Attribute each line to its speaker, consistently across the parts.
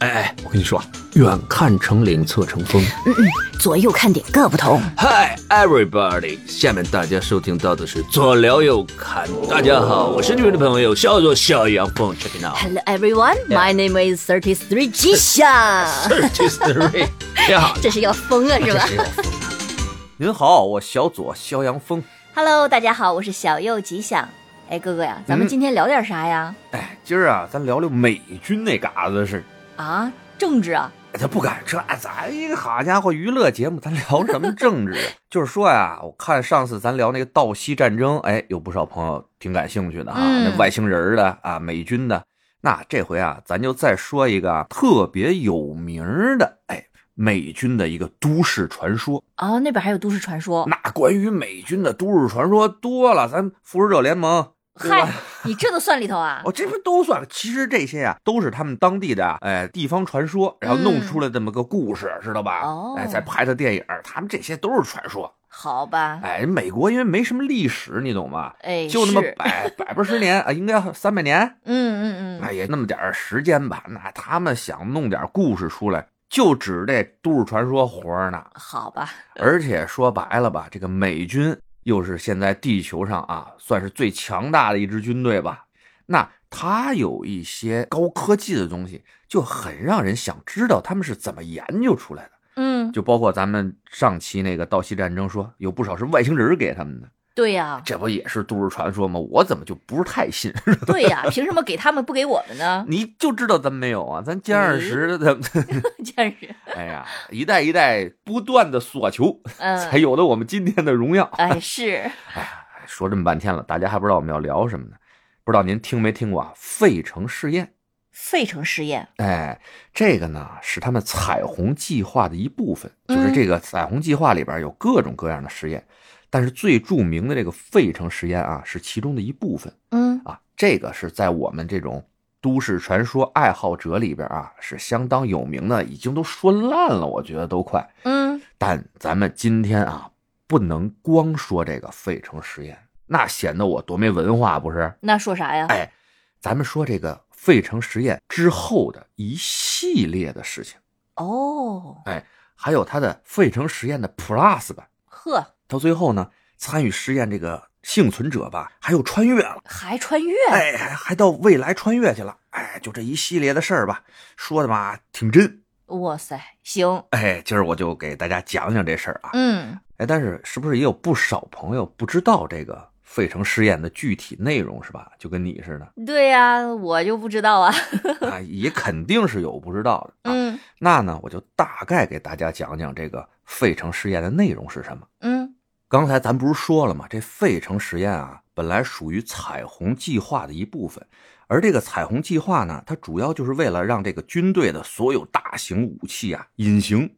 Speaker 1: 哎哎，我跟你说啊，远看成岭，侧成峰。
Speaker 2: 左右看点各不同。
Speaker 1: Hi everybody，下面大家收听到的是左聊右侃。大家好，我是你们的朋友，叫做小杨凤。Check it out。
Speaker 2: Hello everyone, my name is Thirty Three G 夏。
Speaker 1: Thirty-three，你好，
Speaker 2: 这是要疯啊了是吧
Speaker 3: 您好，我小左肖阳峰。
Speaker 2: ？Hello，大家好，我是小右吉祥。哎，哥哥呀，咱们今天聊点啥呀？
Speaker 3: 哎，今儿啊，咱聊聊美军那嘎达的事儿。
Speaker 2: 啊，政治啊，
Speaker 3: 哎他不敢，这咱一个好家伙，娱乐节目，咱聊什么政治啊？ 就是说呀、我看上次咱聊那个道西战争，哎，有不少朋友挺感兴趣的哈，
Speaker 2: 嗯
Speaker 3: 那外星人儿的啊，美军的。那这回啊，咱就再说一个啊特别有名儿的，哎，美军的一个都市传说。
Speaker 2: 哦，那边还有都市传说。
Speaker 3: 那关于美军的都市传说多了，咱复仇者联
Speaker 2: 啊
Speaker 3: 盟。对吧
Speaker 2: 嗨，你这都算里头 啊？
Speaker 3: 哦，这不都算？其实这些呀、都是他们当地的啊哎地方传说，然后弄出来这么个故事，知道吧？
Speaker 2: 哦
Speaker 3: 哎，再拍的电影，他们这些都是传说。
Speaker 2: 好吧，
Speaker 3: 哎，美国因为没什么历史，你懂吗？
Speaker 2: 哎，
Speaker 3: 就那么
Speaker 2: 是
Speaker 3: 百百八十 年啊，应该三百年，
Speaker 2: 嗯嗯嗯，
Speaker 3: 哎也那么点儿时间吧。那他们想弄点故事出来，就指这都市传说活着呢。
Speaker 2: 好吧，
Speaker 3: 而且说白了吧，这个美军又是现在地球上啊，算是最强大的一支军队吧。那它有一些高科技的东西，就很让人想知道他们是怎么研究出来的。
Speaker 2: 嗯，
Speaker 3: 就包括咱们上期那个道西战争说，有不少是外星人给他们的，
Speaker 2: 对 呀，
Speaker 3: 这不也是都市传说吗？我怎么就不是太信？？
Speaker 2: 对呀，凭什么给他们不给我们呢
Speaker 3: 你就知道咱没有啊，咱歼二十，咱们
Speaker 2: 真是，
Speaker 3: 哎呀，一代一代不断的索求，才
Speaker 2: 嗯，
Speaker 3: 有了我们今天的荣耀。
Speaker 2: 哎是，
Speaker 3: 说这么半天了，大家还不知道我们要聊什么呢？不知道您听没听过啊？费城试验，
Speaker 2: 费城试验，
Speaker 3: 哎，这个呢是他们彩虹计划的一部分，就
Speaker 2: 嗯
Speaker 3: 是这个彩虹计划里边有各种各样的实验，但是最著名的这个费城实验啊是其中的一部分
Speaker 2: 嗯，
Speaker 3: 啊，这个是在我们这种都市传说爱好者里边啊是相当有名的，已经都说烂了，我觉得都快。
Speaker 2: 嗯，
Speaker 3: 但咱们今天啊，不能光说这个费城实验，那显得我多没文化不是？
Speaker 2: 那说啥呀？
Speaker 3: 哎，咱们说这个费城实验之后的一系列的事情，
Speaker 2: 哦，
Speaker 3: 还有它的费城实验的 Plus 版，
Speaker 2: 呵，
Speaker 3: 到最后呢，参与实验这个幸存者吧，还有穿越了，
Speaker 2: 还穿越？
Speaker 3: 哎，还还到未来穿越去了，哎，就这一系列的事儿吧，说的吧挺真。
Speaker 2: 哇塞，行，
Speaker 3: 哎，今儿我就给大家讲讲这事儿啊。
Speaker 2: 嗯，
Speaker 3: 哎，但是是不是也有不少朋友不知道这个费城试验的具体内容是吧？就跟你似的
Speaker 2: 对呀、我就不知道 啊，
Speaker 3: 啊，也肯定是有不知道的啊。
Speaker 2: 嗯
Speaker 3: 那呢，我就大概给大家讲讲这个费城试验的内容是什么。
Speaker 2: 嗯，
Speaker 3: 刚才咱不是说了吗？这费城实验啊，本来属于彩虹计划的一部分，而这个彩虹计划呢，它主要就是为了让这个军队的所有大型武器啊隐形，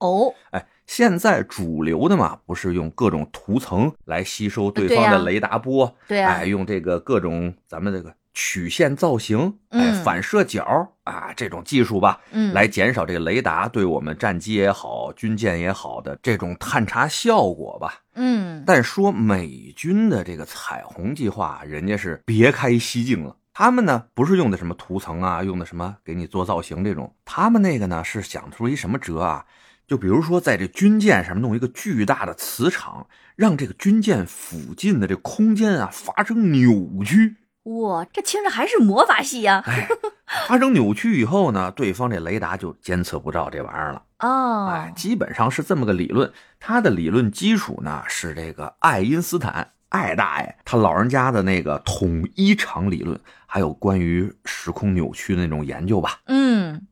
Speaker 2: 哦，
Speaker 3: 哎，现在主流的嘛，不是用各种涂层来吸收对
Speaker 2: 对
Speaker 3: 方
Speaker 2: 呀
Speaker 3: 的雷达波，
Speaker 2: 对啊呀
Speaker 3: 哎，用这个各种咱们这个曲线造型，
Speaker 2: 嗯
Speaker 3: 哎，反射角啊这种技术吧，
Speaker 2: 嗯，
Speaker 3: 来减少这个雷达对我们战机也好、军舰也好的这种探查效果吧。
Speaker 2: 嗯，
Speaker 3: 但说美军的这个彩虹计划，人家是别开蹊径了。他们呢不是用的什么涂层啊，用的什么给你做造型这种，他们那个呢是想出一什么辙啊？就比如说在这军舰上面弄一个巨大的磁场，让这个军舰附近的这空间啊发生扭曲。
Speaker 2: 哇，这听着还是魔法系啊呀、
Speaker 3: 哎，发生扭曲以后呢，对方这雷达就监测不到这玩意儿了。
Speaker 2: 哦，
Speaker 3: 哎，基本上是这么个理论。他的理论基础呢是这个爱因斯坦爱大爷他老人家的那个统一场理论，还有关于时空扭曲的那种研究吧。
Speaker 2: 嗯，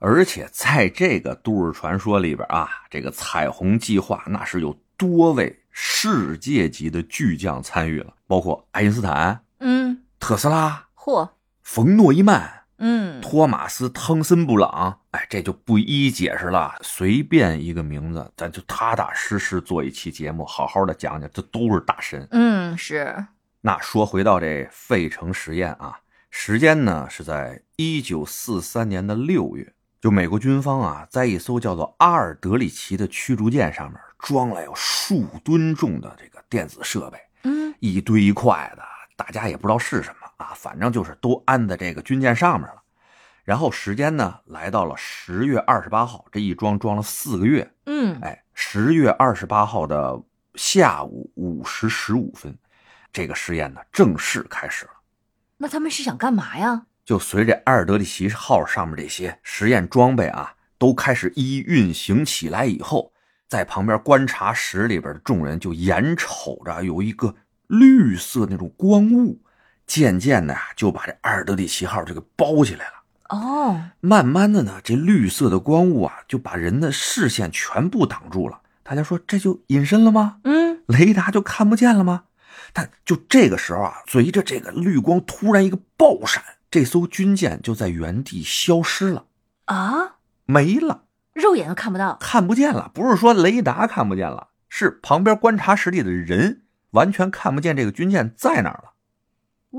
Speaker 3: 而且在这个都市传说里边啊，这个彩虹计划那是有多位世界级的巨匠参与了，包括爱因斯坦、
Speaker 2: 嗯，
Speaker 3: 特斯拉、
Speaker 2: 嚯，
Speaker 3: 冯诺依曼、
Speaker 2: 嗯，
Speaker 3: 托马斯·汤森布朗，哎，这就不一一解释了，随便一个名字，咱就踏踏实实做一期节目，好好的讲讲，这都是大神。
Speaker 2: 嗯，是，
Speaker 3: 那说回到这费城实验啊，时间呢是在一九四三年的六月，就美国军方啊，在一艘叫做阿尔德里奇的驱逐舰上面装了有数吨重的这个电子设备，
Speaker 2: 嗯，
Speaker 3: 一堆一块的，大家也不知道是什么啊，反正就是都安在这个军舰上面了。然后时间呢来到了十月二十八号，这一装装了四个月。
Speaker 2: 嗯，
Speaker 3: 哎，十月二十八号的下午五时十五分，这个实验呢正式开始了。
Speaker 2: 那他们是想干嘛呀？
Speaker 3: 就随着埃尔德里奇号上面这些实验装备啊，都开始一一运行起来以后，在旁边观察室里边的众人就眼瞅着有一个绿色那种光雾，渐渐的就把这埃尔德里奇号这个包起来了。
Speaker 2: 哦，
Speaker 3: 慢慢的呢，这绿色的光雾啊，就把人的视线全部挡住了。大家说这就隐身了吗？
Speaker 2: 嗯，
Speaker 3: 雷达就看不见了吗？但就这个时候啊，随着这个绿光突然一个爆闪，这艘军舰就在原地消失了，
Speaker 2: 啊，
Speaker 3: 没了，
Speaker 2: 肉眼都看不到。
Speaker 3: 看不见了。不是说雷达看不见了，是旁边观察室里的人完全看不见这个军舰在哪儿了。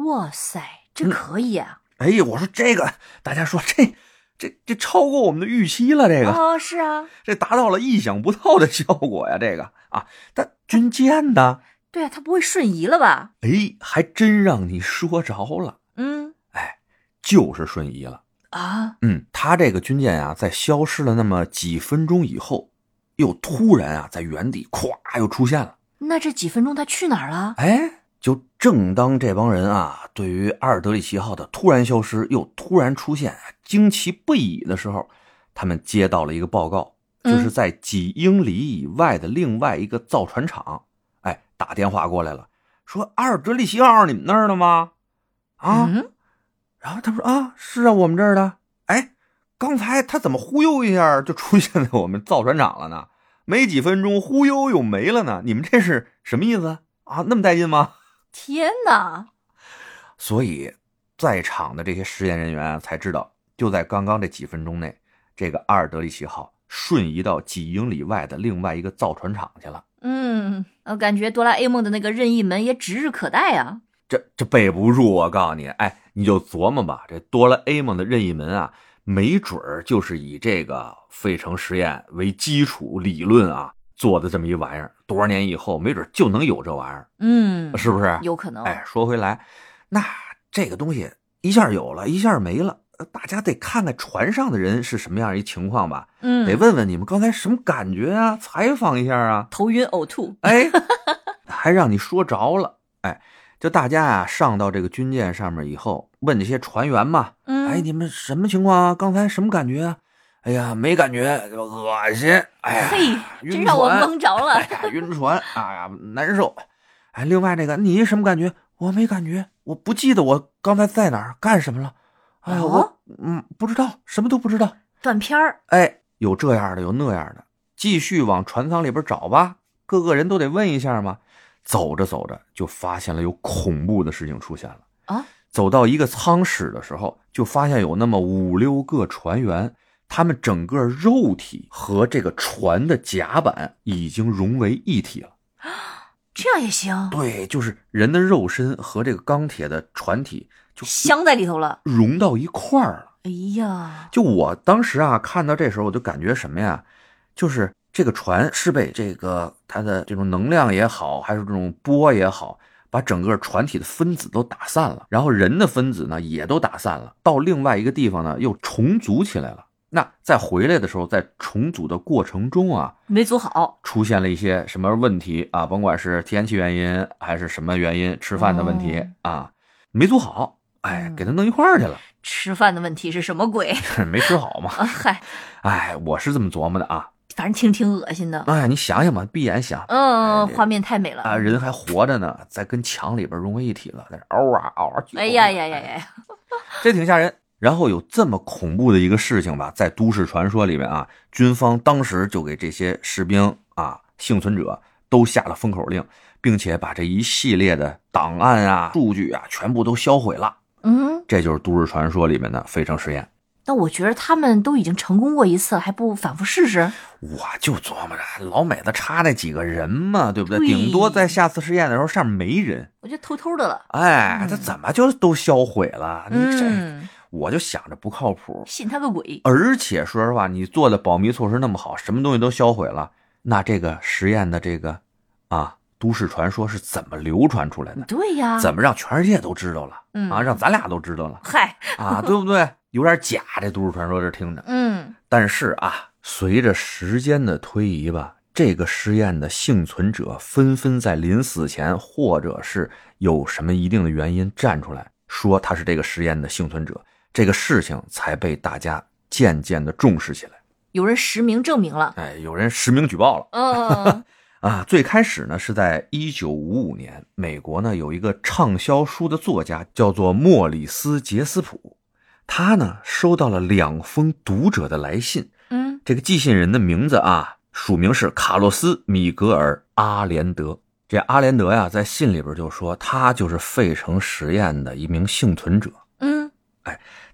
Speaker 2: 哇塞，
Speaker 3: 嗯
Speaker 2: 这可以啊！
Speaker 3: 哎呀，我说这个，大家说这这这超过我们的预期了，这个。
Speaker 2: 哦，是啊，
Speaker 3: 这达到了意想不到的效果呀！这个啊，但军舰呢？
Speaker 2: 对啊，他不会瞬移了吧？
Speaker 3: 哎，还真让你说着了，
Speaker 2: 嗯
Speaker 3: 就是瞬移了。
Speaker 2: 啊，
Speaker 3: 嗯，它这个军舰啊，在消失了那么几分钟以后，又突然啊，在原地咵又出现了。
Speaker 2: 那这几分钟他去哪儿了？
Speaker 3: 哎，就正当这帮人啊，对于阿尔德里奇号的突然消失又突然出现啊惊奇不已的时候，他们接到了一个报告，
Speaker 2: 嗯
Speaker 3: 就是在几英里以外的另外一个造船厂，哎，打电话过来了，说阿尔德里奇号你们那儿的吗？啊，
Speaker 2: 嗯，
Speaker 3: 然后他说啊，是啊，我们这儿的。哎，刚才他怎么忽悠一下就出现在我们造船厂了呢？没几分钟，忽悠又没了呢。你们这是什么意思啊？那么带劲吗？
Speaker 2: 天哪！
Speaker 3: 所以，在场的这些实验人员啊才知道，就在刚刚这几分钟内，这个阿尔德里奇号瞬移到几英里外的另外一个造船厂去了。
Speaker 2: 嗯，我感觉哆啦 A 梦的那个任意门也指日可待啊。
Speaker 3: 这这背不住，我告诉你，哎，你就琢磨吧，这哆啦 A 梦的任意门啊，没准儿就是以这个费城实验为基础理论啊做的这么一玩意儿，多少年以后，没准儿就能有这玩意儿，
Speaker 2: 嗯，
Speaker 3: 是不是？
Speaker 2: 有可能。
Speaker 3: 哎，说回来，那这个东西一下有了，一下没了，呃大家得看看船上的人是什么样一情况吧，
Speaker 2: 嗯，
Speaker 3: 得问问你们刚才什么感觉啊，采访一下啊。
Speaker 2: 头晕呕吐。
Speaker 3: 哎，还让你说着了，哎，就大家啊上到这个军舰上面以后，问这些船员嘛，
Speaker 2: 嗯，
Speaker 3: 哎，你们什么情况啊？刚才什么感觉啊？哎呀，没感觉，恶心，哎呀，
Speaker 2: 嘿，
Speaker 3: 晕
Speaker 2: 真让我
Speaker 3: 船
Speaker 2: 蒙着了。
Speaker 3: 哎呀，晕船，哎呀，难受。哎，另外那个你什么感觉？我没感觉，我不记得我刚才在哪儿干什么了。哎呀，
Speaker 2: 哦
Speaker 3: 我嗯不知道，什么都不知道。
Speaker 2: 断片儿。
Speaker 3: 哎，有这样的，有那样的，继续往船舱里边找吧。各个人都得问一下嘛。走着走着，就发现了有恐怖的事情出现了
Speaker 2: 啊！
Speaker 3: 走到一个舱室的时候，就发现有那么五六个船员，他们整个肉体和这个船的甲板已经融为一体了。
Speaker 2: 这样也行，
Speaker 3: 对，就是人的肉身和这个钢铁的船体就
Speaker 2: 镶在里头了。
Speaker 3: 融到一块儿了。
Speaker 2: 哎呀，
Speaker 3: 就我当时啊，看到这时候我就感觉什么呀？就是这个船是被这个它的这种能量也好，还是这种波也好，把整个船体的分子都打散了，然后人的分子呢也都打散了，到另外一个地方呢又重组起来了。那在回来的时候，在重组的过程中啊，
Speaker 2: 没组好，
Speaker 3: 出现了一些什么问题啊？甭管是天气原因还是什么原因，吃饭的问题、啊，没做好，哎，给它弄一块儿去了，
Speaker 2: 吃饭的问题是什么鬼
Speaker 3: 没吃好嘛。
Speaker 2: 啊？嗨，
Speaker 3: 哎，我是这么琢磨的啊。
Speaker 2: 反正挺挺恶心的。
Speaker 3: 哎，你想想吧，闭眼想
Speaker 2: 嗯，
Speaker 3: 哎
Speaker 2: 画面太美了。
Speaker 3: 啊，人还活着呢，在跟墙里边融为一体了，在那嗷啊嗷啊！
Speaker 2: 哎呀呀呀呀！呀！
Speaker 3: 这挺吓人。然后有这么恐怖的一个事情吧，在都市传说里面啊，军方当时就给这些士兵啊、幸存者都下了封口令，并且把这一系列的档案啊、数据啊全部都销毁了。
Speaker 2: 嗯，
Speaker 3: 这就是都市传说里面的费城实验。
Speaker 2: 但我觉得他们都已经成功过一次了，还不反复试试？
Speaker 3: 我就琢磨着，哎老美子差那几个人嘛，对不对？
Speaker 2: 对
Speaker 3: 顶多在下次实验的时候上面没人，
Speaker 2: 我觉得偷偷的了。
Speaker 3: 哎，
Speaker 2: 嗯
Speaker 3: 这怎么就都销毁了？啊你这，
Speaker 2: 嗯，
Speaker 3: 我就想着不靠谱。
Speaker 2: 信他个鬼！
Speaker 3: 而且说实话，你做的保密措施那么好，什么东西都销毁了，那这个实验的这个啊都市传说是怎么流传出来的，啊
Speaker 2: 对呀，
Speaker 3: 怎么让全世界都知道了
Speaker 2: 嗯
Speaker 3: 啊，让咱俩都知道了
Speaker 2: 嗨，
Speaker 3: 啊，对不对？有点假，这都市传说这听着。
Speaker 2: 嗯
Speaker 3: 但是啊，随着时间的推移吧，这个实验的幸存者纷纷在临死前，或者是有什么一定的原因站出来说他是这个实验的幸存者，这个事情才被大家渐渐的重视起来。
Speaker 2: 有人实名证明了，
Speaker 3: 哎，有人实名举报了
Speaker 2: 嗯
Speaker 3: 啊！最开始呢是在一九五五年，美国呢有一个畅销书的作家叫做莫里斯·杰斯普，他呢收到了两封读者的来信。
Speaker 2: 嗯，
Speaker 3: 这个寄信人的名字啊，署名是卡洛斯·米格尔·阿连德。这阿连德呀、在信里边就说他就是费城实验的一名幸存者，
Speaker 2: 嗯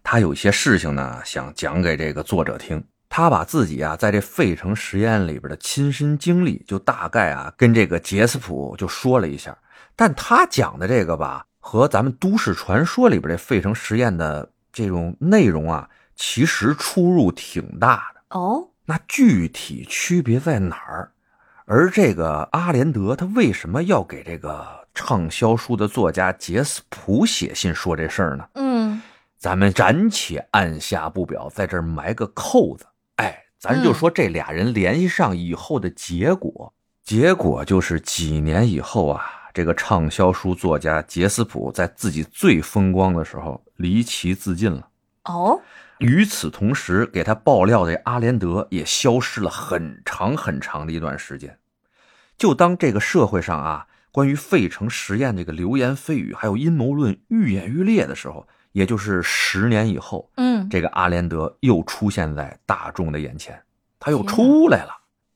Speaker 3: 他有一些事情呢想讲给这个作者听。他把自己啊在这费城实验里边的亲身经历，就大概啊跟这个杰斯普就说了一下。但他讲的这个吧，和咱们都市传说里边这费城实验的这种内容啊，其实出入挺大的。
Speaker 2: 哦，
Speaker 3: 那具体区别在哪儿？而这个阿连德他为什么要给这个畅销书的作家杰斯普写信说这事儿呢？
Speaker 2: 嗯
Speaker 3: 咱们暂且按下不表，在这儿埋个扣子。哎，咱就说这俩人联系上以后的结果，结果就是几年以后啊，这个畅销书作家杰斯普在自己最风光的时候离奇自尽了。
Speaker 2: 哦，
Speaker 3: 与此同时，给他爆料的阿连德也消失了很长很长的一段时间。就当这个社会上啊，关于费城实验这个流言蜚语还有阴谋论愈演愈烈的时候，也就是十年以后，
Speaker 2: 嗯
Speaker 3: 这个阿连德又出现在大众的眼前，他又出来了。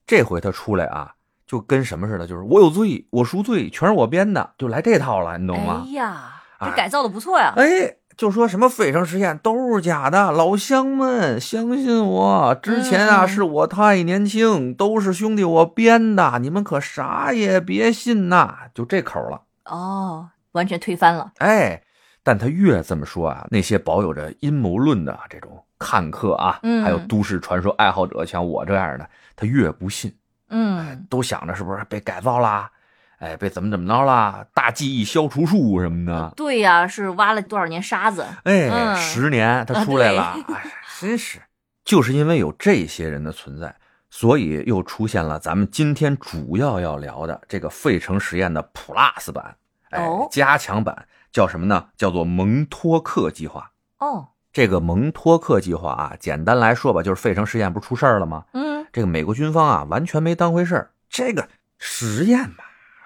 Speaker 3: 这回他出来啊，就跟什么似的，就是我有罪，我赎罪，全是我编的，就来这套了，你懂吗？
Speaker 2: 哎呀，
Speaker 3: 哎
Speaker 2: 这改造的不错呀，
Speaker 3: 哎，就说什么费城实验都是假的，老乡们相信我，之前啊、
Speaker 2: 嗯
Speaker 3: 是我太年轻，都是兄弟我编的，你们可啥也别信呐，就这口了。
Speaker 2: 哦，完全推翻了，
Speaker 3: 哎，但他越这么说啊，那些保有着阴谋论的这种看客啊，
Speaker 2: 嗯
Speaker 3: 还有都市传说爱好者，像我这样的，他越不信，
Speaker 2: 嗯
Speaker 3: 都想着是不是被改造啦，哎，被怎么怎么着啦，大记忆消除术什么的。
Speaker 2: 对呀，是挖了多少年沙子，
Speaker 3: 哎，
Speaker 2: 嗯
Speaker 3: 十年他出来了，哎，真是，就是因为有这些人的存在，所以又出现了咱们今天主要要聊的这个费城实验的 Plus 版，哎，
Speaker 2: 哦
Speaker 3: 加强版叫什么呢？叫做蒙托克计划。
Speaker 2: 哦，
Speaker 3: 这个蒙托克计划啊，简单来说吧，就是费城实验不是出事儿了吗？
Speaker 2: 嗯
Speaker 3: 这个美国军方啊，完全没当回事儿。这个实验嘛，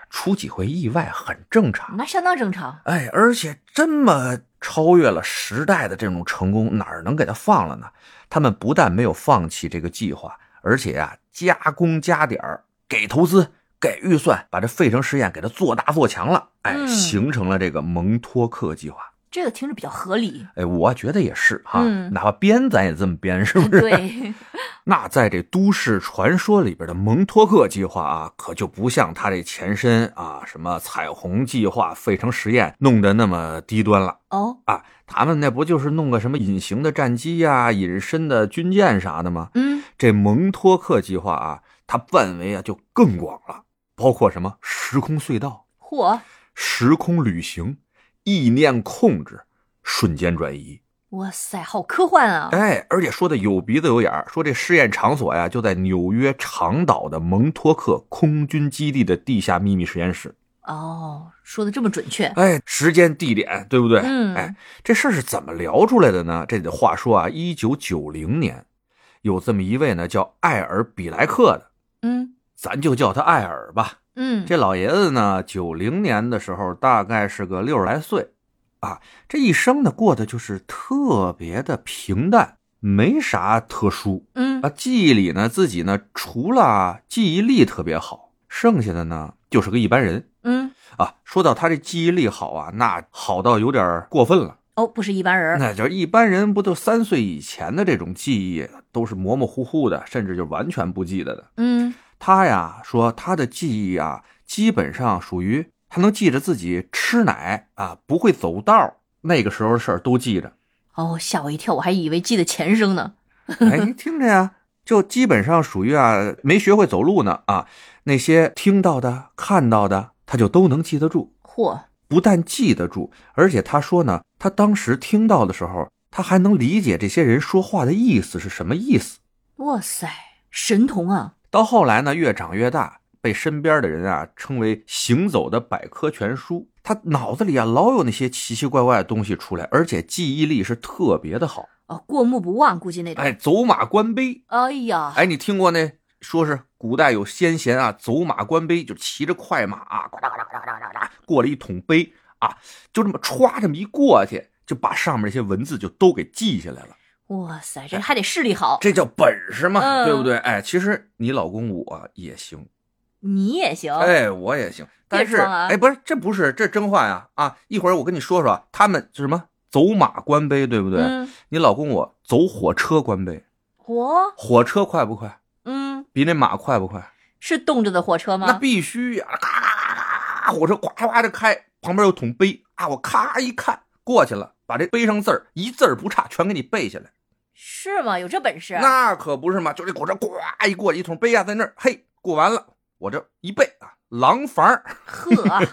Speaker 3: 出几回意外很正常。
Speaker 2: 嗯那相当正常，
Speaker 3: 哎，而且这么超越了时代的这种成功，哪儿能给他放了呢？他们不但没有放弃这个计划，而且啊，加工加点儿，给投资，给预算，把这费城实验给它做大做强了。哎，
Speaker 2: 嗯
Speaker 3: 形成了这个蒙托克计划。
Speaker 2: 这个听着比较合理，
Speaker 3: 哎，我觉得也是哈，
Speaker 2: 嗯
Speaker 3: 哪怕编咱也这么编，是啊不是？
Speaker 2: 对，
Speaker 3: 那在这都市传说里边的蒙托克计划啊，可就不像它这前身啊，什么彩虹计划、费城实验弄得那么低端了。
Speaker 2: 哦，
Speaker 3: 啊，他们那不就是弄个什么隐形的战机呀、隐身的军舰啥的吗？
Speaker 2: 嗯
Speaker 3: 这蒙托克计划啊，它范围啊就更广了，包括什么时空隧道、
Speaker 2: 嚯，
Speaker 3: 时空旅行、意念控制、瞬间转移。
Speaker 2: 哇塞，好科幻啊，
Speaker 3: 哎，而且说的有鼻子有眼儿，说这试验场所呀就在纽约长岛的蒙托克空军基地的地下秘密实验室。
Speaker 2: 哦，说的这么准确，
Speaker 3: 哎，时间、地点，对不对？
Speaker 2: 嗯
Speaker 3: 哎，这事儿是怎么聊出来的呢？这得话说啊，一九九零年，有这么一位呢叫艾尔·比莱克的，
Speaker 2: 嗯
Speaker 3: 咱就叫他艾尔吧。
Speaker 2: 嗯，
Speaker 3: 这老爷子呢，九零年的时候大概是个六十来岁，啊，这一生呢过得就是特别的平淡，没啥特殊
Speaker 2: 嗯
Speaker 3: 啊。记忆里呢，自己呢除了记忆力特别好，剩下的呢就是个一般人。
Speaker 2: 嗯，
Speaker 3: 啊，说到他这记忆力好啊，那好到有点儿过分了。
Speaker 2: 哦，不是一般人儿，
Speaker 3: 那就是一般人不都三岁以前的这种记忆都是模模糊糊的，甚至就完全不记得的。
Speaker 2: 嗯
Speaker 3: 他呀说他的记忆啊，基本上属于他能记着自己吃奶啊，不会走道儿那个时候的事儿都记着。
Speaker 2: 哦，吓我一跳，我还以为记得前生呢。
Speaker 3: 哎，你听着呀，就基本上属于啊没学会走路呢啊，那些听到的、看到的，他就都能记得住。
Speaker 2: 嚯，
Speaker 3: 不但记得住，而且他说呢，他当时听到的时候，他还能理解这些人说话的意思是什么意思。
Speaker 2: 哇塞，神童啊！
Speaker 3: 到后来呢，越长越大，被身边的人啊称为“行走的百科全书”。他脑子里啊老有那些奇奇怪怪的东西出来，而且记忆力是特别的好。
Speaker 2: 哦，过目不忘，估计那种。
Speaker 3: 哎，走马观碑，
Speaker 2: 哎呀，
Speaker 3: 哎，你听过那说是古代有先贤啊，走马观碑，就骑着快马啊，呱啦呱啦呱啦呱啦呱啦，过了一桶碑啊，就这么歘这么一过去，就把上面那些文字就都给记下来了。
Speaker 2: 哇塞，这还得视力好，
Speaker 3: 哎这叫本事嘛，
Speaker 2: 嗯
Speaker 3: 对不对？哎，其实你老公我也行，
Speaker 2: 你也行。
Speaker 3: 哎，我也行，但
Speaker 2: 别
Speaker 3: 是、
Speaker 2: 装啊
Speaker 3: 哎，不是，这不是这真话呀啊！一会儿我跟你说说，他们是什么走马观碑，对不对？
Speaker 2: 嗯，
Speaker 3: 你老公我走火车观碑，
Speaker 2: 我
Speaker 3: 火车快不快？
Speaker 2: 嗯
Speaker 3: 比那马快不快？
Speaker 2: 是冻着的火车
Speaker 3: 那
Speaker 2: 吗？
Speaker 3: 必须呀、咔咔咔咔咔，火车呱呱就开，旁边有桶碑啊，我咔一看过去了，把这碑上字儿一字儿不差全给你背下来。
Speaker 2: 是啊吗？有这本事？
Speaker 3: 那可不是嘛，就这火车呱一过，一桶碑啊在那儿，嘿，过完了，我这一背啊，廊坊儿。
Speaker 2: 呵，啊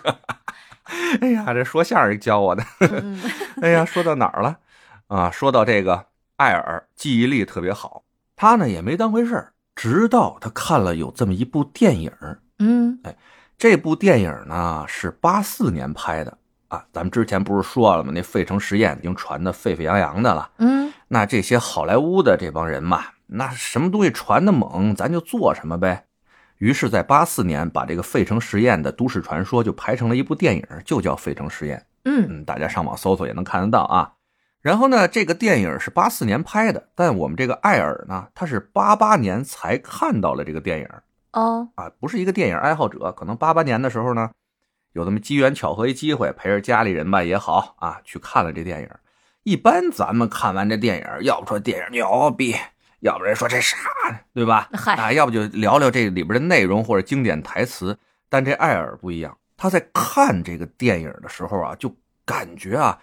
Speaker 3: 哎呀，这说相声教我的。
Speaker 2: 嗯
Speaker 3: 哎呀，说到哪儿了？啊，说到这个艾尔记忆力特别好，他呢也没当回事儿，直到他看了有这么一部电影儿，
Speaker 2: 嗯
Speaker 3: 这部电影呢是八四年拍的啊，咱们之前不是说了吗？那费城实验已经传得沸沸扬扬的了。
Speaker 2: 嗯
Speaker 3: 那这些好莱坞的这帮人嘛，那什么东西传的猛，咱就做什么呗。于是，在八四年把这个费城实验的都市传说就拍成了一部电影，就叫《费城实验》。
Speaker 2: 嗯
Speaker 3: 嗯，大家上网搜搜也能看得到啊。然后呢，这个电影是八四年拍的，但我们这个艾尔呢，他是八八年才看到了这个电影。
Speaker 2: 哦
Speaker 3: 啊，不是一个电影爱好者，可能八八年的时候呢，有那么机缘巧合一机会，陪着家里人吧也好啊，去看了这电影。一般咱们看完这电影，要不说电影牛逼，要不然说这啥，对吧？
Speaker 2: 嗨
Speaker 3: 啊，要不就聊聊这里边的内容或者经典台词。但这艾尔不一样，他在看这个电影的时候啊，就感觉啊，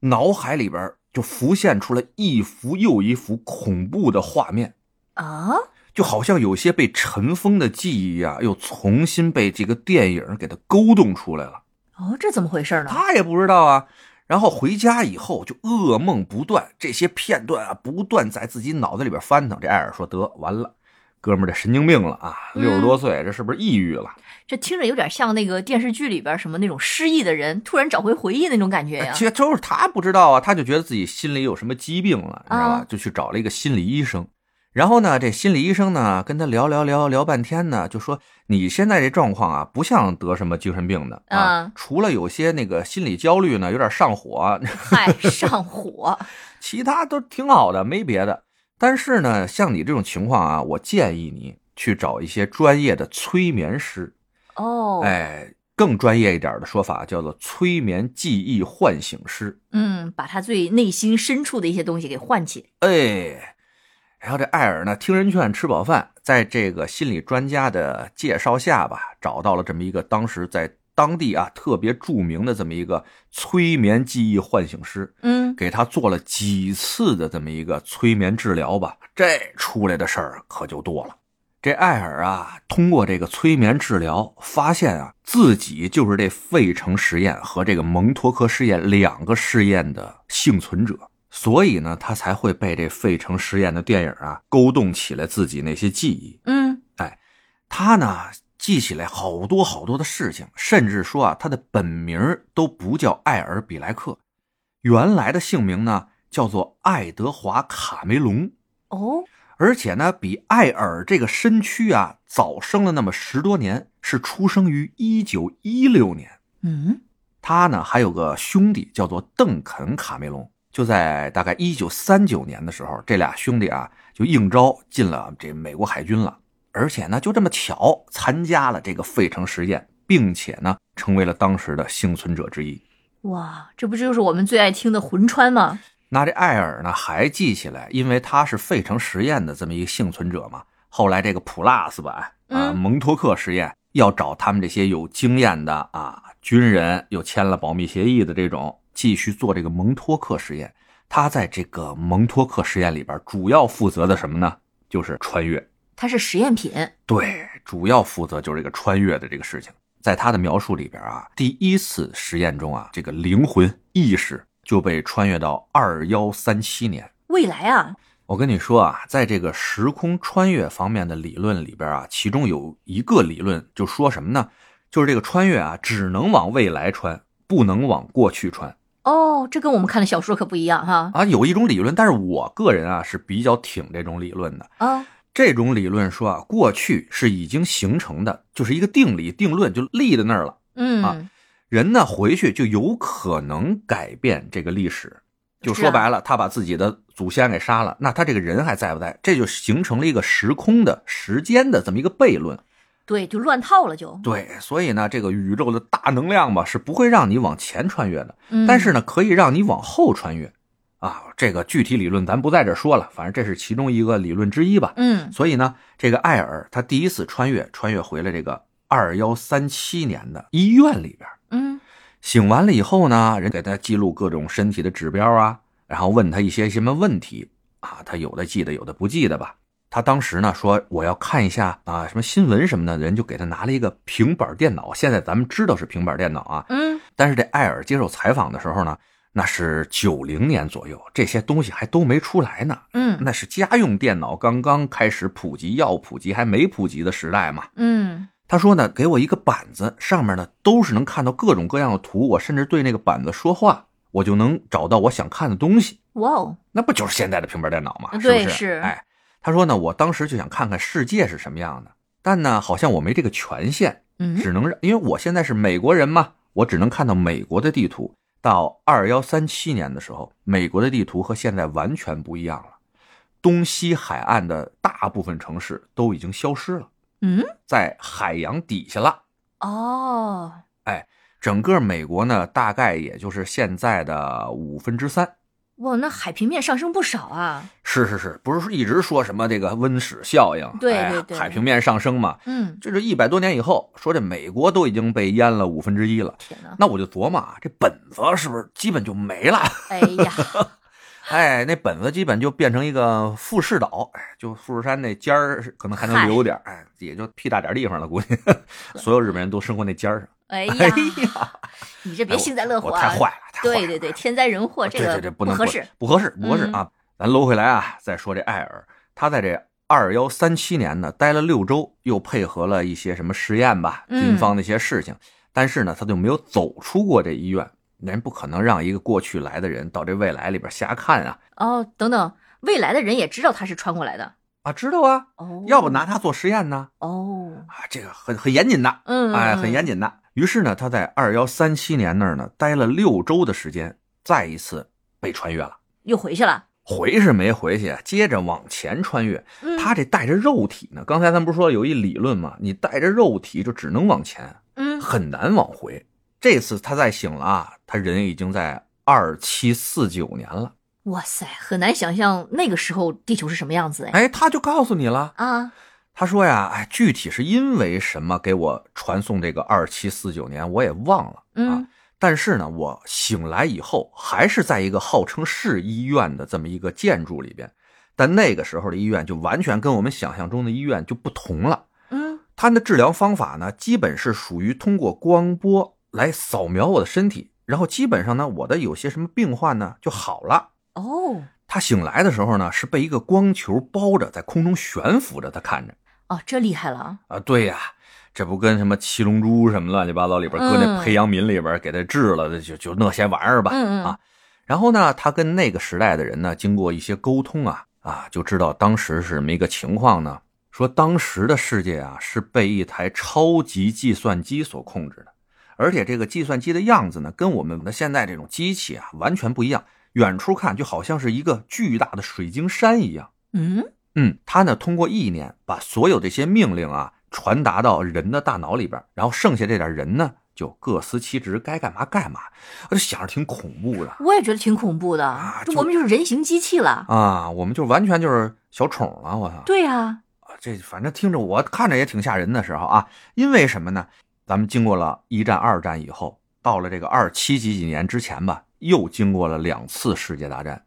Speaker 3: 脑海里边就浮现出了一幅又一幅恐怖的画面。
Speaker 2: 啊，
Speaker 3: 就好像有些被尘封的记忆啊，又重新被这个电影给它勾动出来了。
Speaker 2: 哦，这怎么回事呢？
Speaker 3: 他也不知道啊。然后回家以后就噩梦不断，这些片段啊不断在自己脑子里边翻腾。这艾尔说：“得完了，哥们儿这神经病了啊，
Speaker 2: 嗯
Speaker 3: 六十多岁，这是不是抑郁了？
Speaker 2: 这听着有点像那个电视剧里边什么那种失忆的人突然找回回忆那种感觉哎呀
Speaker 3: 哎其。实就是他不知道啊，他就觉得自己心里有什么疾病了，你知道吧？
Speaker 2: 啊
Speaker 3: 就去找了一个心理医生。然后呢，这心理医生呢跟他聊聊聊聊半天呢，就说你现在这状况啊，不像得什么精神病的啊，
Speaker 2: 嗯
Speaker 3: 除了有些那个心理焦虑呢，有点上火，啊
Speaker 2: 嗨，上火，
Speaker 3: 其他都挺好的，没别的。但是呢，像你这种情况啊，我建议你去找一些专业的催眠师，
Speaker 2: 哦，
Speaker 3: 哎，更专业一点的说法叫做催眠记忆唤醒师。
Speaker 2: 嗯，把他最内心深处的一些东西给唤起，
Speaker 3: 哎，然后这艾尔呢，听人劝，吃饱饭，在这个心理专家的介绍下吧，找到了这么一个当时在当地啊特别著名的这么一个催眠记忆唤醒师，
Speaker 2: 嗯，
Speaker 3: 给他做了几次的这么一个催眠治疗吧。这出来的事儿可就多了。这艾尔啊，通过这个催眠治疗，发现啊自己就是这费城实验和这个蒙托克试验两个试验的幸存者，所以呢，他才会被这费城实验的电影啊勾动起来自己那些记忆。
Speaker 2: 嗯，
Speaker 3: 他呢记起来好多好多的事情，甚至说啊，他的本名儿都不叫艾尔·比莱克，原来的姓名呢叫做爱德华·卡梅隆，
Speaker 2: 哦，
Speaker 3: 而且呢比艾尔这个身躯啊早生了那么十多年，是出生于一九一六年。
Speaker 2: 嗯，
Speaker 3: 他呢还有个兄弟叫做邓肯·卡梅隆。就在大概一九三九年的时候，这俩兄弟啊就应招进了这美国海军了，而且呢就这么巧参加了这个费城实验，并且呢成为了当时的幸存者之一。
Speaker 2: 哇，这不就是我们最爱听的魂穿吗？
Speaker 3: 那这艾尔呢还记起来，因为他是费城实验的这么一个幸存者嘛。后来这个普拉斯吧，啊，
Speaker 2: 嗯
Speaker 3: 蒙托克实验要找他们这些有经验的啊军人，又签了保密协议的这种，继续做这个蒙托克实验。他在这个蒙托克实验里边，主要负责的什么呢？就是穿越。
Speaker 2: 它是实验品，
Speaker 3: 对，主要负责就是这个穿越的这个事情。在他的描述里边啊，第一次实验中啊，这个灵魂意识就被穿越到二幺三七年。
Speaker 2: 未来啊，
Speaker 3: 我跟你说啊，在这个时空穿越方面的理论里边啊，其中有一个理论就说什么呢？就是这个穿越啊，只能往未来穿，不能往过去穿
Speaker 2: 哦，这跟我们看的小说可不一样哈。
Speaker 3: 啊。有一种理论，但是我个人啊是比较挺这种理论的。
Speaker 2: 啊，
Speaker 3: 这种理论说啊，过去是已经形成的，就是一个定理定论，就立在那儿了。
Speaker 2: 嗯，
Speaker 3: 啊人呢回去就有可能改变这个历史。就说
Speaker 2: 是啊
Speaker 3: 白了，他把自己的祖先给杀了，那他这个人还在不在？这就形成了一个时空的、时间的这么一个悖论。
Speaker 2: 对，就乱套了就。
Speaker 3: 对，所以呢，这个宇宙的大能量吧，是不会让你往前穿越的，
Speaker 2: 嗯
Speaker 3: 但是呢，可以让你往后穿越。啊，这个具体理论咱不在这儿说了，反正这是其中一个理论之一吧。
Speaker 2: 嗯，
Speaker 3: 所以呢，这个艾尔他第一次穿越，穿越回了这个二幺三七年的医院里边。
Speaker 2: 嗯
Speaker 3: 醒完了以后呢，人给他记录各种身体的指标啊，然后问他一些什么问题啊，他有的记得，有的不记得吧。他当时呢说我要看一下啊什么新闻什么的，人就给他拿了一个平板电脑。现在咱们知道是平板电脑啊，
Speaker 2: 嗯，
Speaker 3: 但是这艾尔接受采访的时候呢，那是九零年左右，这些东西还都没出来呢。
Speaker 2: 嗯
Speaker 3: 那是家用电脑刚刚开始普及，要普及还没普及的时代嘛。
Speaker 2: 嗯，
Speaker 3: 他说呢，给我一个板子，上面呢都是能看到各种各样的图，我甚至对那个板子说话，我就能找到我想看的东西。
Speaker 2: 哇哦，
Speaker 3: 那不就是现在的平板电脑吗？是
Speaker 2: 嗯对
Speaker 3: 不
Speaker 2: 是
Speaker 3: 哎，他说呢，我当时就想看看世界是什么样的，但呢，好像我没这个权限，
Speaker 2: 嗯
Speaker 3: 只能让因为我现在是美国人嘛，我只能看到美国的地图。到二幺三七年的时候，美国的地图和现在完全不一样了，东西海岸的大部分城市都已经消失了，
Speaker 2: 嗯，
Speaker 3: 在海洋底下了。
Speaker 2: 哦，
Speaker 3: 整个美国呢，大概也就是现在的五分之三。
Speaker 2: 哇，那海平面上升不少啊。
Speaker 3: 是是是，不是说一直说什么这个温室效应，
Speaker 2: 对
Speaker 3: 哎
Speaker 2: 对对
Speaker 3: 海平面上升嘛？
Speaker 2: 嗯，
Speaker 3: 这是一百多年以后，说这美国都已经被淹了五分之一了。
Speaker 2: 天哪，
Speaker 3: 那我就琢磨啊，这本子是不是基本就没了？
Speaker 2: 哎呀，
Speaker 3: 哎，那本子基本就变成一个富士岛，哎，就富士山那尖儿是可能还能留点儿，哎，也就屁大点儿地方了，估计 所有日本人都生活那尖儿上。
Speaker 2: 哎
Speaker 3: 哎
Speaker 2: 呀，
Speaker 3: 呀，哎
Speaker 2: 你这别幸灾乐祸
Speaker 3: 我
Speaker 2: 啊！
Speaker 3: 太坏了，太坏了。啊
Speaker 2: 对对对，天灾人祸哦这
Speaker 3: 哦对
Speaker 2: 个
Speaker 3: 对对，不能
Speaker 2: 合适。，嗯
Speaker 3: 不合适，不合适啊！咱搂回来啊，再说这艾尔，他在这二幺三七年呢待了六周，又配合了一些什么实验吧，
Speaker 2: 嗯
Speaker 3: 军方那些事情，但是呢，他就没有走出过这医院。人不可能让一个过去来的人到这未来里边瞎看啊
Speaker 2: 哦，等等，未来的人也知道他是穿过来的
Speaker 3: 啊！知道啊，
Speaker 2: 哦，
Speaker 3: 要不拿他做实验呢？
Speaker 2: 哦，
Speaker 3: 啊，这个很很严谨的，
Speaker 2: 嗯，
Speaker 3: 哎，很
Speaker 2: 嗯
Speaker 3: 严谨的。于是呢，他在二幺三七年那儿呢待了六周的时间，再一次被穿越了。
Speaker 2: 又回去了。
Speaker 3: 回是没回去，接着往前穿越，
Speaker 2: 嗯，
Speaker 3: 他这带着肉体呢，刚才咱不是说有一理论嘛，你带着肉体就只能往前，
Speaker 2: 嗯，
Speaker 3: 很难往回。这次他再醒了啊，他人已经在二七四九年了。
Speaker 2: 哇塞，很难想象那个时候地球是什么样子哎。
Speaker 3: 哎，他就告诉你了，
Speaker 2: 啊，
Speaker 3: 他说呀，哎，具体是因为什么给我传送这个二七四九年，我也忘了啊
Speaker 2: 嗯。
Speaker 3: 但是呢，我醒来以后还是在一个号称市医院的这么一个建筑里边，但那个时候的医院就完全跟我们想象中的医院就不同了。
Speaker 2: 嗯，
Speaker 3: 它的治疗方法呢，基本是属于通过光波来扫描我的身体，然后基本上呢，我的有些什么病患呢就好了。
Speaker 2: 哦，
Speaker 3: 他醒来的时候呢，是被一个光球包着，在空中悬浮着，他看着
Speaker 2: 哦，这厉害了啊。
Speaker 3: 啊，对呀、这不跟什么七龙珠什么乱七八糟里边搁那
Speaker 2: 嗯
Speaker 3: 培养皿里边给他治了的，就就那些玩意儿吧。
Speaker 2: 嗯嗯
Speaker 3: 啊然后呢，他跟那个时代的人呢，经过一些沟通啊啊，就知道当时是什么一个情况呢？说当时的世界啊，是被一台超级计算机所控制的，而且这个计算机的样子呢，跟我们的现在这种机器啊完全不一样。远处看就好像是一个巨大的水晶山一样。
Speaker 2: 嗯，
Speaker 3: 嗯，他呢通过意念把所有这些命令啊传达到人的大脑里边，然后剩下这点人呢就各司其职，该干嘛干嘛。我就想着挺恐怖的。
Speaker 2: 我也觉得挺恐怖的。
Speaker 3: 啊
Speaker 2: 这
Speaker 3: 就
Speaker 2: 我们就是人形机器了。
Speaker 3: 啊，我们就完全就是小宠了，我操！
Speaker 2: 对呀，
Speaker 3: 啊这反正听着我看着也挺吓人的时候啊，因为什么呢？咱们经过了一战、二战以后，到了这个二七几几年之前吧，又经过了两次世界大战，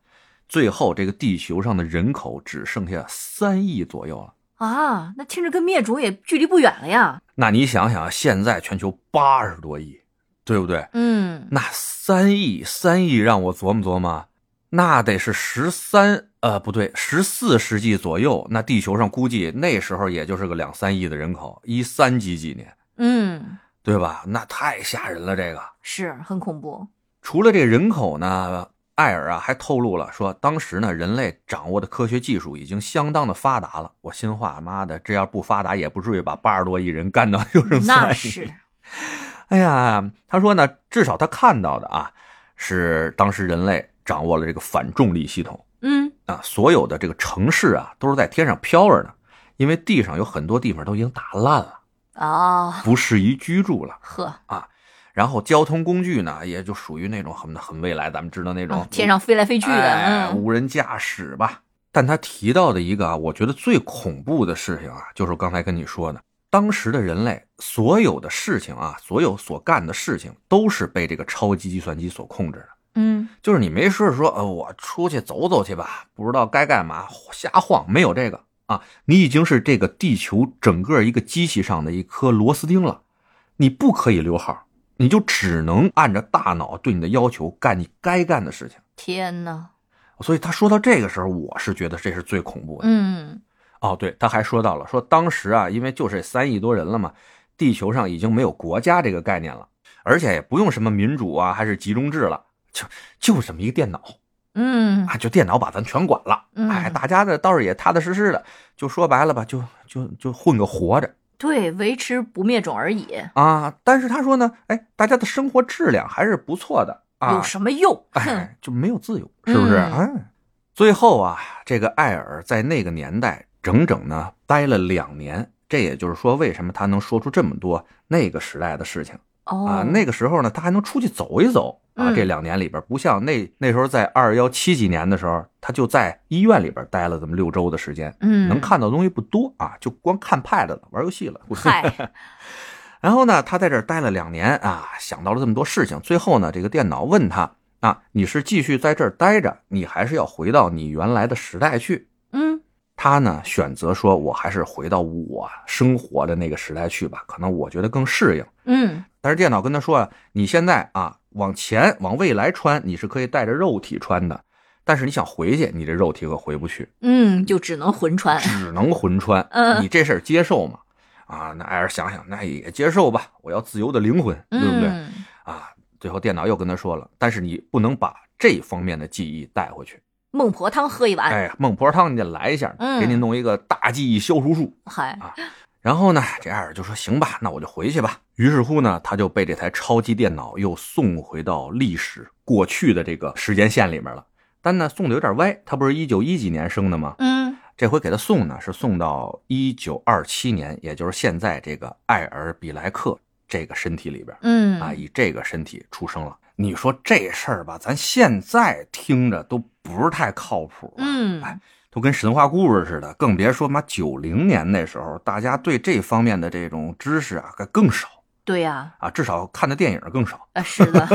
Speaker 3: 最后这个地球上的人口只剩下三亿左右了。
Speaker 2: 啊，那听着跟灭种也距离不远了呀。
Speaker 3: 那你想想，现在全球八十多亿，对不对？
Speaker 2: 嗯，
Speaker 3: 那三亿，三亿，让我琢磨琢磨，那得是十三，呃，不对，十四世纪左右，那地球上估计那时候也就是个两三亿的人口，一三几几年，
Speaker 2: 嗯，
Speaker 3: 对吧？那太吓人了，这个。
Speaker 2: 是很恐 怖。
Speaker 3: 除了这人口呢，艾尔啊还透露了说，当时呢人类掌握的科学技术已经相当的发达了。我心话，妈的，这要不发达也不至于把八十多亿人干到就剩三亿。
Speaker 2: 那是，
Speaker 3: 哎呀，他说呢，至少他看到的啊，是当时人类掌握了这个反重力系统
Speaker 2: 嗯
Speaker 3: 啊，所有的这个城市啊都是在天上飘着呢，因为地上有很多地方都已经打烂了，
Speaker 2: 哦，
Speaker 3: 不适宜居住了。
Speaker 2: 呵，
Speaker 3: 然后交通工具呢，也就属于那种很很未来，咱们知道那种、
Speaker 2: 啊天上飞来飞去的，
Speaker 3: 哎，
Speaker 2: 嗯
Speaker 3: 无人驾驶吧。但他提到的一个啊，我觉得最恐怖的事情啊，就是我刚才跟你说的，当时的人类所有的事情啊，所有所干的事情都是被这个超级计算机所控制的。
Speaker 2: 嗯，
Speaker 3: 就是你没事说，呃，我出去走走去吧，不知道该干嘛，瞎晃，没有这个啊，你已经是这个地球整个一个机器上的一颗螺丝钉了，你不可以留号，你就只能按照大脑对你的要求干你该干的事情。
Speaker 2: 天呐，
Speaker 3: 所以他说到这个时候，我是觉得这是最恐怖的。
Speaker 2: 嗯
Speaker 3: 哦，对，他还说到了，说当时啊，因为就这三亿多人了嘛，地球上已经没有国家这个概念了，而且也不用什么民主啊，还是集中制了，就就这么一个电脑
Speaker 2: 嗯
Speaker 3: 啊，就电脑把咱全管了。
Speaker 2: 嗯
Speaker 3: 哎，大家呢倒是也踏踏实实的，就说白了吧，就就就混个活着
Speaker 2: 对，维持不灭种而已，
Speaker 3: 啊。但是他说呢，哎，大家的生活质量还是不错的啊，
Speaker 2: 有什么用？哼，
Speaker 3: 哎，就没有自由，是不是？
Speaker 2: 嗯
Speaker 3: 哎，最后啊，这个艾尔在那个年代整整呢待了两年，这也就是说，为什么他能说出这么多那个时代的事情啊
Speaker 2: 哦，？
Speaker 3: 那个时候呢，他还能出去走一走啊。
Speaker 2: 嗯
Speaker 3: 这两年里边，不像那那时候在二幺七几年的时候，他就在医院里边待了这么六周的时间，
Speaker 2: 嗯，
Speaker 3: 能，看到东西不多啊，就光看 pad 了，玩游戏了。
Speaker 2: 嗨，
Speaker 3: 然后呢，他在这儿待了两年啊，想到了这么多事情。最后呢，这个电脑问他啊，你是继续在这儿待着，你还是要回到你原来的时代去？
Speaker 2: 嗯
Speaker 3: 他呢选择说，我还是回到我生活的那个时代去吧，可能我觉得更适应。
Speaker 2: 嗯，
Speaker 3: 但是电脑跟他说啊，你现在啊往前往未来穿，你是可以带着肉体穿的，但是你想回去，你这肉体可回不去。
Speaker 2: 嗯，就只能魂穿，
Speaker 3: 只能魂穿。
Speaker 2: 嗯
Speaker 3: 你这事儿接受吗？啊，那艾尔想想，那也接受吧。我要自由的灵魂，对不对？
Speaker 2: 嗯，
Speaker 3: 啊，最后电脑又跟他说了，但是你不能把这方面的记忆带回去。
Speaker 2: 孟婆汤喝一碗，
Speaker 3: 哎呀，孟婆汤你得来一下，
Speaker 2: 嗯
Speaker 3: 给你弄一个大记忆消除术。
Speaker 2: 嗨，
Speaker 3: 然后呢，这艾尔就说行吧，那我就回去吧。于是乎呢，他就被这台超级电脑又送回到历史过去的这个时间线里面了。但呢，送的有点歪，他不是一九一几年生的吗？
Speaker 2: 嗯
Speaker 3: 这回给他送呢，是送到一九二七年，也就是现在这个艾尔比莱克这个身体里边
Speaker 2: 嗯
Speaker 3: 啊，以这个身体出生了。你说这事儿吧，咱现在听着都不是太靠谱、，
Speaker 2: 嗯，
Speaker 3: 哎都跟神话故事似的，更别说嘛九零年那时候，大家对这方面的这种知识啊，更少
Speaker 2: 对呀，
Speaker 3: 啊，至少看的电影更少。
Speaker 2: 啊，是 的，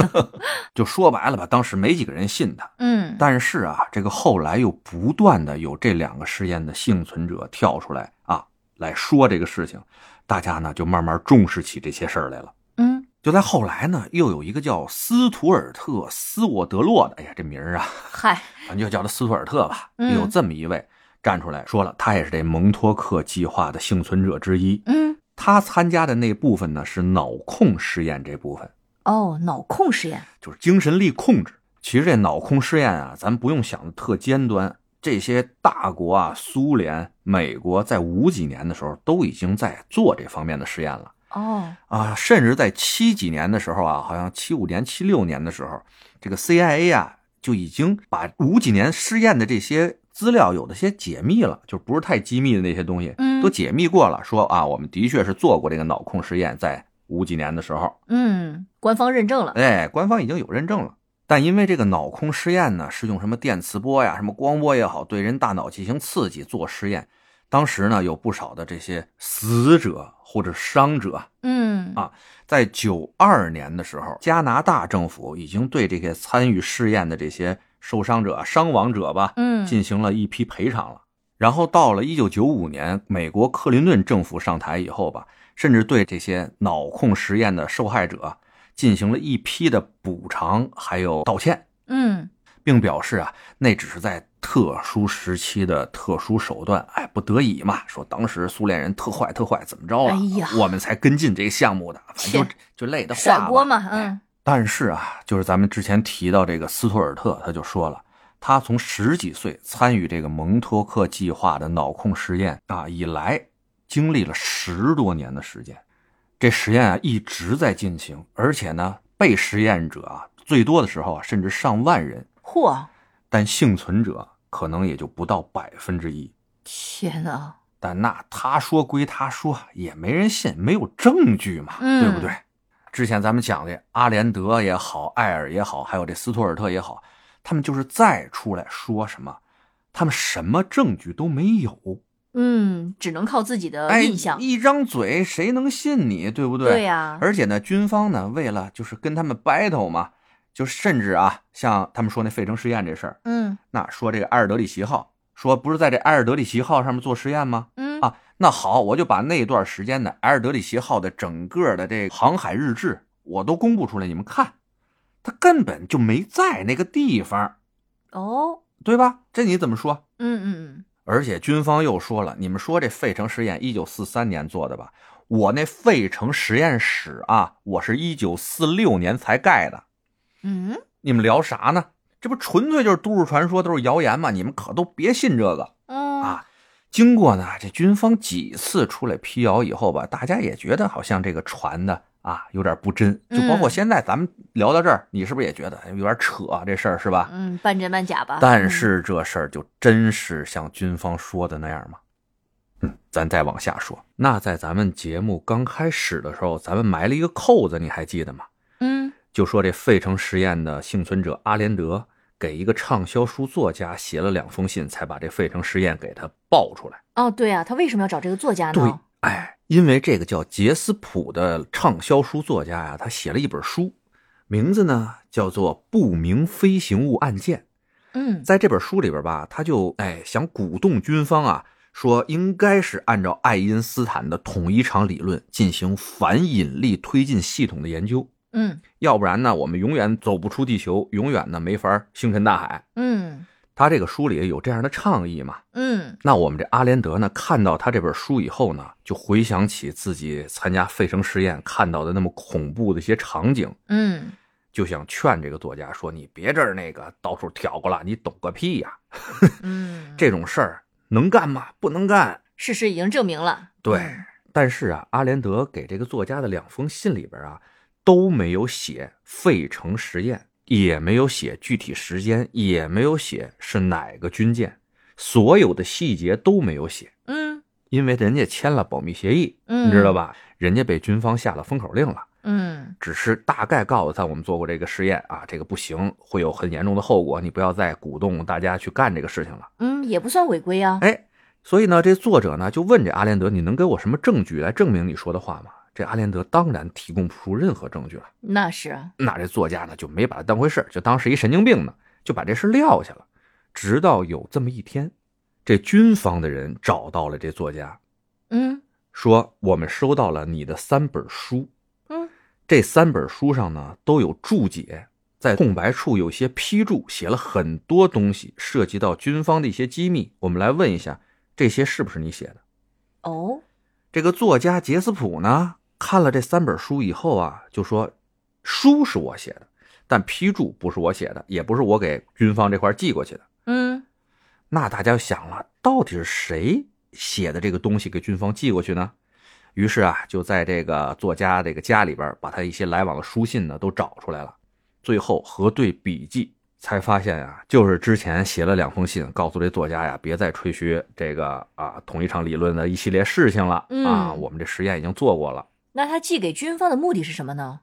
Speaker 3: 就说白了吧，当时没几个人信他，
Speaker 2: 嗯，
Speaker 3: 但是啊，这个后来又不断的有这两个实验的幸存者跳出来啊，来说这个事情，大家呢就慢慢重视起这些事儿来了。
Speaker 2: 嗯，
Speaker 3: 就在后来呢，又有一个叫斯图尔特·斯沃德洛的，哎呀，这名儿啊，
Speaker 2: 嗨，
Speaker 3: 咱就叫他斯图尔特吧。
Speaker 2: 嗯
Speaker 3: 有这么一位站出来说了，他也是这蒙托克计划的幸存者之一。
Speaker 2: 嗯，
Speaker 3: 他参加的那部分呢是脑控实验这部分，
Speaker 2: 哦，脑控实验，
Speaker 3: 就是精神力控制。其实这脑控试验啊，咱不用想的特尖端，这些大国啊，苏联、美国在五几年的时候都已经在做这方面的试验了
Speaker 2: 哦，
Speaker 3: 啊，甚至在七几年的时候啊，好像七五年、七六年的时候，这个 CIA 啊就已经把五几年试验的这些。资料有的些解密了，就不是太机密的那些东西，
Speaker 2: 嗯
Speaker 3: 都解密过了。说啊，我们的确是做过这个脑控实验，在五几年的时候，
Speaker 2: 嗯，官方认证了，
Speaker 3: 哎，官方已经有认证了。但因为这个脑控试验呢，是用什么电磁波呀、什么光波也好，对人大脑进行刺激做实验。当时呢，有不少的这些死者或者伤者，
Speaker 2: 嗯，
Speaker 3: 啊在九二年的时候，加拿大政府已经对这些参与试验的这些受伤者、伤亡者吧，
Speaker 2: 嗯
Speaker 3: 进行了一批赔偿了。然后到了一九九五年，美国克林顿政府上台以后吧，甚至对这些脑控实验的受害者进行了一批的补偿，还有道歉，
Speaker 2: 嗯，
Speaker 3: 并表示啊，那只是在特殊时期的特殊手段，哎，不得已嘛，说当时苏联人特坏特坏，怎么着了，
Speaker 2: 哎呀
Speaker 3: 我们才跟进这个项目的，反正就
Speaker 2: 切
Speaker 3: 就累的话
Speaker 2: 甩
Speaker 3: 吧哎
Speaker 2: 锅嘛，嗯，
Speaker 3: 但是啊，就是咱们之前提到这个斯图尔特，他就说了，他从十几岁参与这个蒙托克计划的脑控实验啊以来，经历了十多年的时间，这实验啊一直在进行，而且呢，被实验者啊最多的时候啊甚至上万人，
Speaker 2: 嚯，
Speaker 3: 但幸存者可能也就不到百分之一。
Speaker 2: 天呐，
Speaker 3: 但那他说归他说，也没人信，没有证据嘛，
Speaker 2: 嗯
Speaker 3: 对不对？之前咱们讲的阿连德也好，艾尔也好，还有这斯图尔特也好，他们就是再出来说什么，他们什么证据都没有，
Speaker 2: 嗯，只能靠自己的
Speaker 3: 哎，
Speaker 2: 印象，
Speaker 3: 一张嘴谁能信你，对不对？
Speaker 2: 对呀，
Speaker 3: 而且呢，军方呢为了就是跟他们 battle 嘛，就甚至啊，像他们说那费城实验这事儿，
Speaker 2: 嗯
Speaker 3: 那说这个埃尔德里奇号，说不是在这埃尔德里奇号上面做实验吗？
Speaker 2: 嗯
Speaker 3: 啊，那好，我就把那段时间的埃尔德里奇号的整个的这个航海日志，我都公布出来，你们看，他根本就没在那个地方，
Speaker 2: 哦，
Speaker 3: 对吧？这你怎么说？
Speaker 2: 嗯嗯
Speaker 3: 而且军方又说了，你们说这费城实验一九四三年做的吧？我那费城实验室啊，我是一九四六年才盖的，
Speaker 2: 嗯嗯
Speaker 3: 你们聊啥呢？这不纯粹就是都市传说，都是谣言嘛！你们可都别信这个。
Speaker 2: 嗯
Speaker 3: 啊经过呢这军方几次出来辟谣以后吧，大家也觉得好像这个传的啊有点不真，就包括
Speaker 2: 嗯
Speaker 3: 现在咱们聊到这儿，你是不是也觉得哎有点扯、这事儿是吧？
Speaker 2: 嗯，半真半假吧，嗯
Speaker 3: 但是这事儿就真是像军方说的那样吗？嗯，咱再往下说。那在咱们节目刚开始的时候，咱们埋了一个扣子，你还记得吗？
Speaker 2: 嗯，
Speaker 3: 就说这费城实验的幸存者阿连德给一个畅销书作家写了两封信，才把这费城实验给他爆出来。
Speaker 2: 嗯，哦，对啊，他为什么要找这个作家呢？
Speaker 3: 对，哎，因为这个叫杰斯普的畅销书作家呀、他写了一本书，名字呢叫做《不明飞行物案件》。
Speaker 2: 嗯
Speaker 3: 在这本书里边吧，他就哎想鼓动军方啊，说应该是按照爱因斯坦的统一场理论进行反引力推进系统的研究，
Speaker 2: 嗯
Speaker 3: 要不然呢，我们永远走不出地球，永远呢没法星辰大海。
Speaker 2: 嗯
Speaker 3: 他这个书里有这样的倡议嘛？
Speaker 2: 嗯，
Speaker 3: 那我们这阿连德呢，看到他这本书以后呢，就回想起自己参加费城实验看到的那么恐怖的一些场景，
Speaker 2: 嗯，
Speaker 3: 就想劝这个作家说：“你别这儿那个到处挑过了，你懂个屁呀、
Speaker 2: 嗯，
Speaker 3: 这种事儿能干吗？不能干。
Speaker 2: 事实已经证明了。
Speaker 3: 对
Speaker 2: 嗯
Speaker 3: 但是啊，阿连德给这个作家的两封信里边啊，都没有写费城实验，也没有写具体时间，也没有写是哪个军舰，所有的细节都没有写，
Speaker 2: 嗯
Speaker 3: 因为人家签了保密协议，
Speaker 2: 嗯
Speaker 3: 你知道吧？人家被军方下了封口令了。
Speaker 2: 嗯
Speaker 3: 只是大概告诉他，我们做过这个实验啊，这个不行，会有很严重的后果，你不要再鼓动大家去干这个事情了。
Speaker 2: 嗯，也不算违规啊。
Speaker 3: 哎，所以呢，这作者呢就问这阿连德，你能给我什么证据来证明你说的话吗？这阿连德当然提供不出任何证据了。
Speaker 2: 那是，啊
Speaker 3: 那这作家呢就没把他当回事儿，就当是一神经病呢，就把这事儿撂下了。直到有这么一天，这军方的人找到了这作家，
Speaker 2: 嗯
Speaker 3: 说我们收到了你的三本书，
Speaker 2: 嗯
Speaker 3: 这三本书上呢都有注解，在空白处有些批注，写了很多东西，涉及到军方的一些机密。我们来问一下，这些是不是你写的？
Speaker 2: 哦，
Speaker 3: 这个作家杰斯普呢，看了这三本书以后啊，就说书是我写的，但批注不是我写的，也不是我给军方这块寄过去的。
Speaker 2: 嗯
Speaker 3: 那大家就想了，到底是谁写的这个东西给军方寄过去呢？于是啊，就在这个作家这个家里边，把他一些来往的书信呢都找出来了，最后核对笔记，才发现啊，就是之前写了两封信，告诉这作家呀，别再吹嘘这个啊同一场理论的一系列事情了、啊，
Speaker 2: 嗯
Speaker 3: 我们这实验已经做过了，
Speaker 2: 那他寄给军方的目的是什么呢？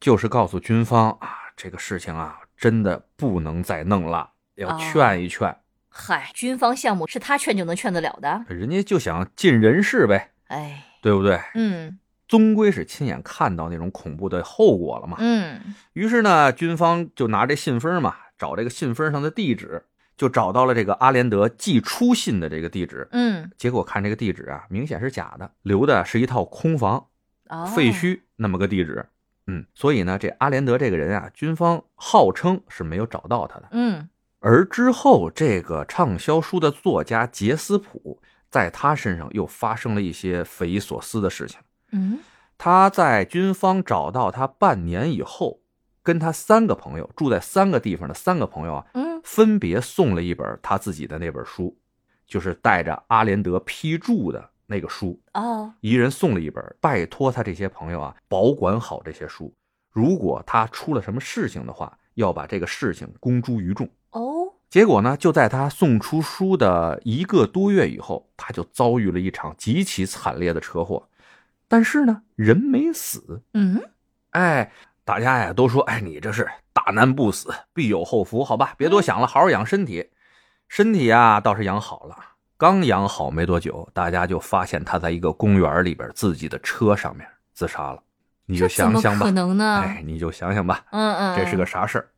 Speaker 3: 就是告诉军方啊，这个事情啊，真的不能再弄了，要
Speaker 2: 哦
Speaker 3: 劝一劝，
Speaker 2: 嗨，军方项目是他劝就能劝得了的？
Speaker 3: 人家就想尽人事呗，
Speaker 2: 哎，
Speaker 3: 对不对？
Speaker 2: 嗯
Speaker 3: 终归是亲眼看到那种恐怖的后果了嘛。
Speaker 2: 嗯
Speaker 3: 于是呢，军方就拿这信封嘛，找这个信封上的地址，就找到了这个阿连德寄出信的这个地址。
Speaker 2: 嗯，
Speaker 3: 结果看这个地址啊，明显是假的，留的是一套空房、
Speaker 2: 哦，
Speaker 3: 废，墟那么个地址。嗯，所以呢，这阿连德这个人啊，军方号称是没有找到他的。
Speaker 2: 嗯，
Speaker 3: 而之后，这个畅销书的作家杰斯普在他身上又发生了一些匪夷所思的事情。
Speaker 2: 嗯，
Speaker 3: 他在军方找到他半年以后，跟他三个朋友住在三个地方的三个朋友啊，
Speaker 2: 嗯，
Speaker 3: 分别送了一本他自己的那本书，就是带着阿连德批注的那个书，
Speaker 2: 哦，
Speaker 3: 一人送了一本，拜托他这些朋友啊，保管好这些书。如果他出了什么事情的话，要把这个事情公诸于众。
Speaker 2: 哦，
Speaker 3: 结果呢，就在他送出书的一个多月以后，他就遭遇了一场极其惨烈的车祸，但是呢，人没死。
Speaker 2: 嗯，
Speaker 3: 哎，大家呀都说，哎，你这是大难不死，必有后福，好吧，别
Speaker 2: 嗯
Speaker 3: 多想了，好好养身体。身体啊倒是养好了，刚养好没多久，大家就发现他在一个公园里边自己的车上面自杀了。你就
Speaker 2: 这怎
Speaker 3: 想
Speaker 2: 么
Speaker 3: 想吧
Speaker 2: 可，能呢？
Speaker 3: 哎，你就想想吧，
Speaker 2: 嗯嗯，
Speaker 3: 这是个
Speaker 2: 嗯。
Speaker 3: 啥事儿？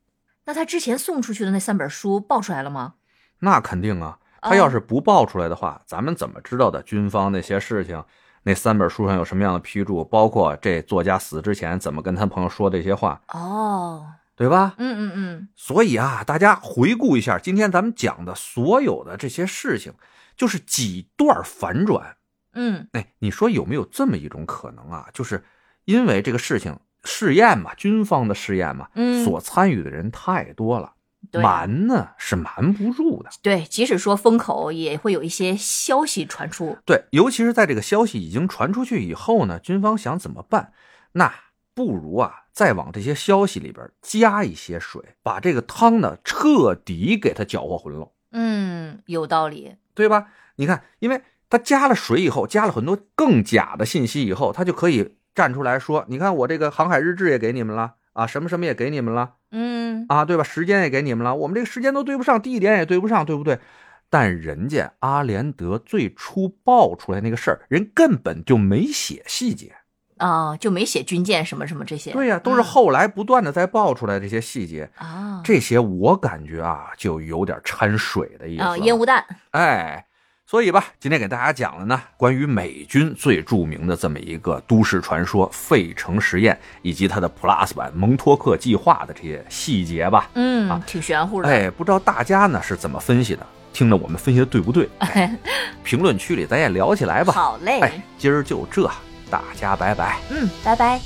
Speaker 2: 那他之前送出去的那三本书爆出来了吗？
Speaker 3: 那肯定啊，他
Speaker 2: 哦
Speaker 3: 要是不爆出来的话，咱们怎么知道的军方那些事情？那三本书上有什么样的批注？包括这作家死之前怎么跟他朋友说这些话，
Speaker 2: 哦，
Speaker 3: 对吧？
Speaker 2: 嗯嗯嗯，
Speaker 3: 所以啊，大家回顾一下今天咱们讲的所有的这些事情，就是几段反转。
Speaker 2: 嗯，
Speaker 3: 哎，你说有没有这么一种可能啊？就是因为这个事情试验嘛，军方的试验嘛，
Speaker 2: 嗯
Speaker 3: 所参与的人太多了，
Speaker 2: 对啊
Speaker 3: 瞒呢是瞒不住的。
Speaker 2: 对，即使说封口，也会有一些消息传出。
Speaker 3: 对，尤其是在这个消息已经传出去以后呢，军方想怎么办？那不如啊，再往这些消息里边加一些水，把这个汤呢彻底给它搅和浑了，
Speaker 2: 嗯，有道理。
Speaker 3: 对吧？你看，因为它加了水以后，加了很多更假的信息以后，它就可以站出来说：“你看，我这个航海日志也给你们了啊，什么什么也给你们了
Speaker 2: 嗯，
Speaker 3: 啊，对吧？时间也给你们了，我们这个时间都对不上，地点也对不上，对不对？但人家阿连德最初爆出来那个事儿，人根本就没写细节。
Speaker 2: 啊，就没写军舰什么什么这些。
Speaker 3: 对呀、都是
Speaker 2: 嗯
Speaker 3: 后来不断的在爆出来这些细节。
Speaker 2: 啊，
Speaker 3: 这些我感觉啊，就有点掺水的意思
Speaker 2: 啊
Speaker 3: 了
Speaker 2: 烟雾弹。
Speaker 3: 哎，所以吧，今天给大家讲了呢，关于美军最著名的这么一个都市传说——费城实验，以及它的 Plus 版蒙托克计划的这些细节吧。
Speaker 2: 嗯，
Speaker 3: 啊
Speaker 2: 挺玄乎的。
Speaker 3: 哎，不知道大家呢是怎么分析的？听着我们分析的对不对？ 哎评论区里咱也聊起来吧。
Speaker 2: 好嘞。
Speaker 3: 哎，今儿就这，大家拜拜。
Speaker 2: 嗯，拜拜。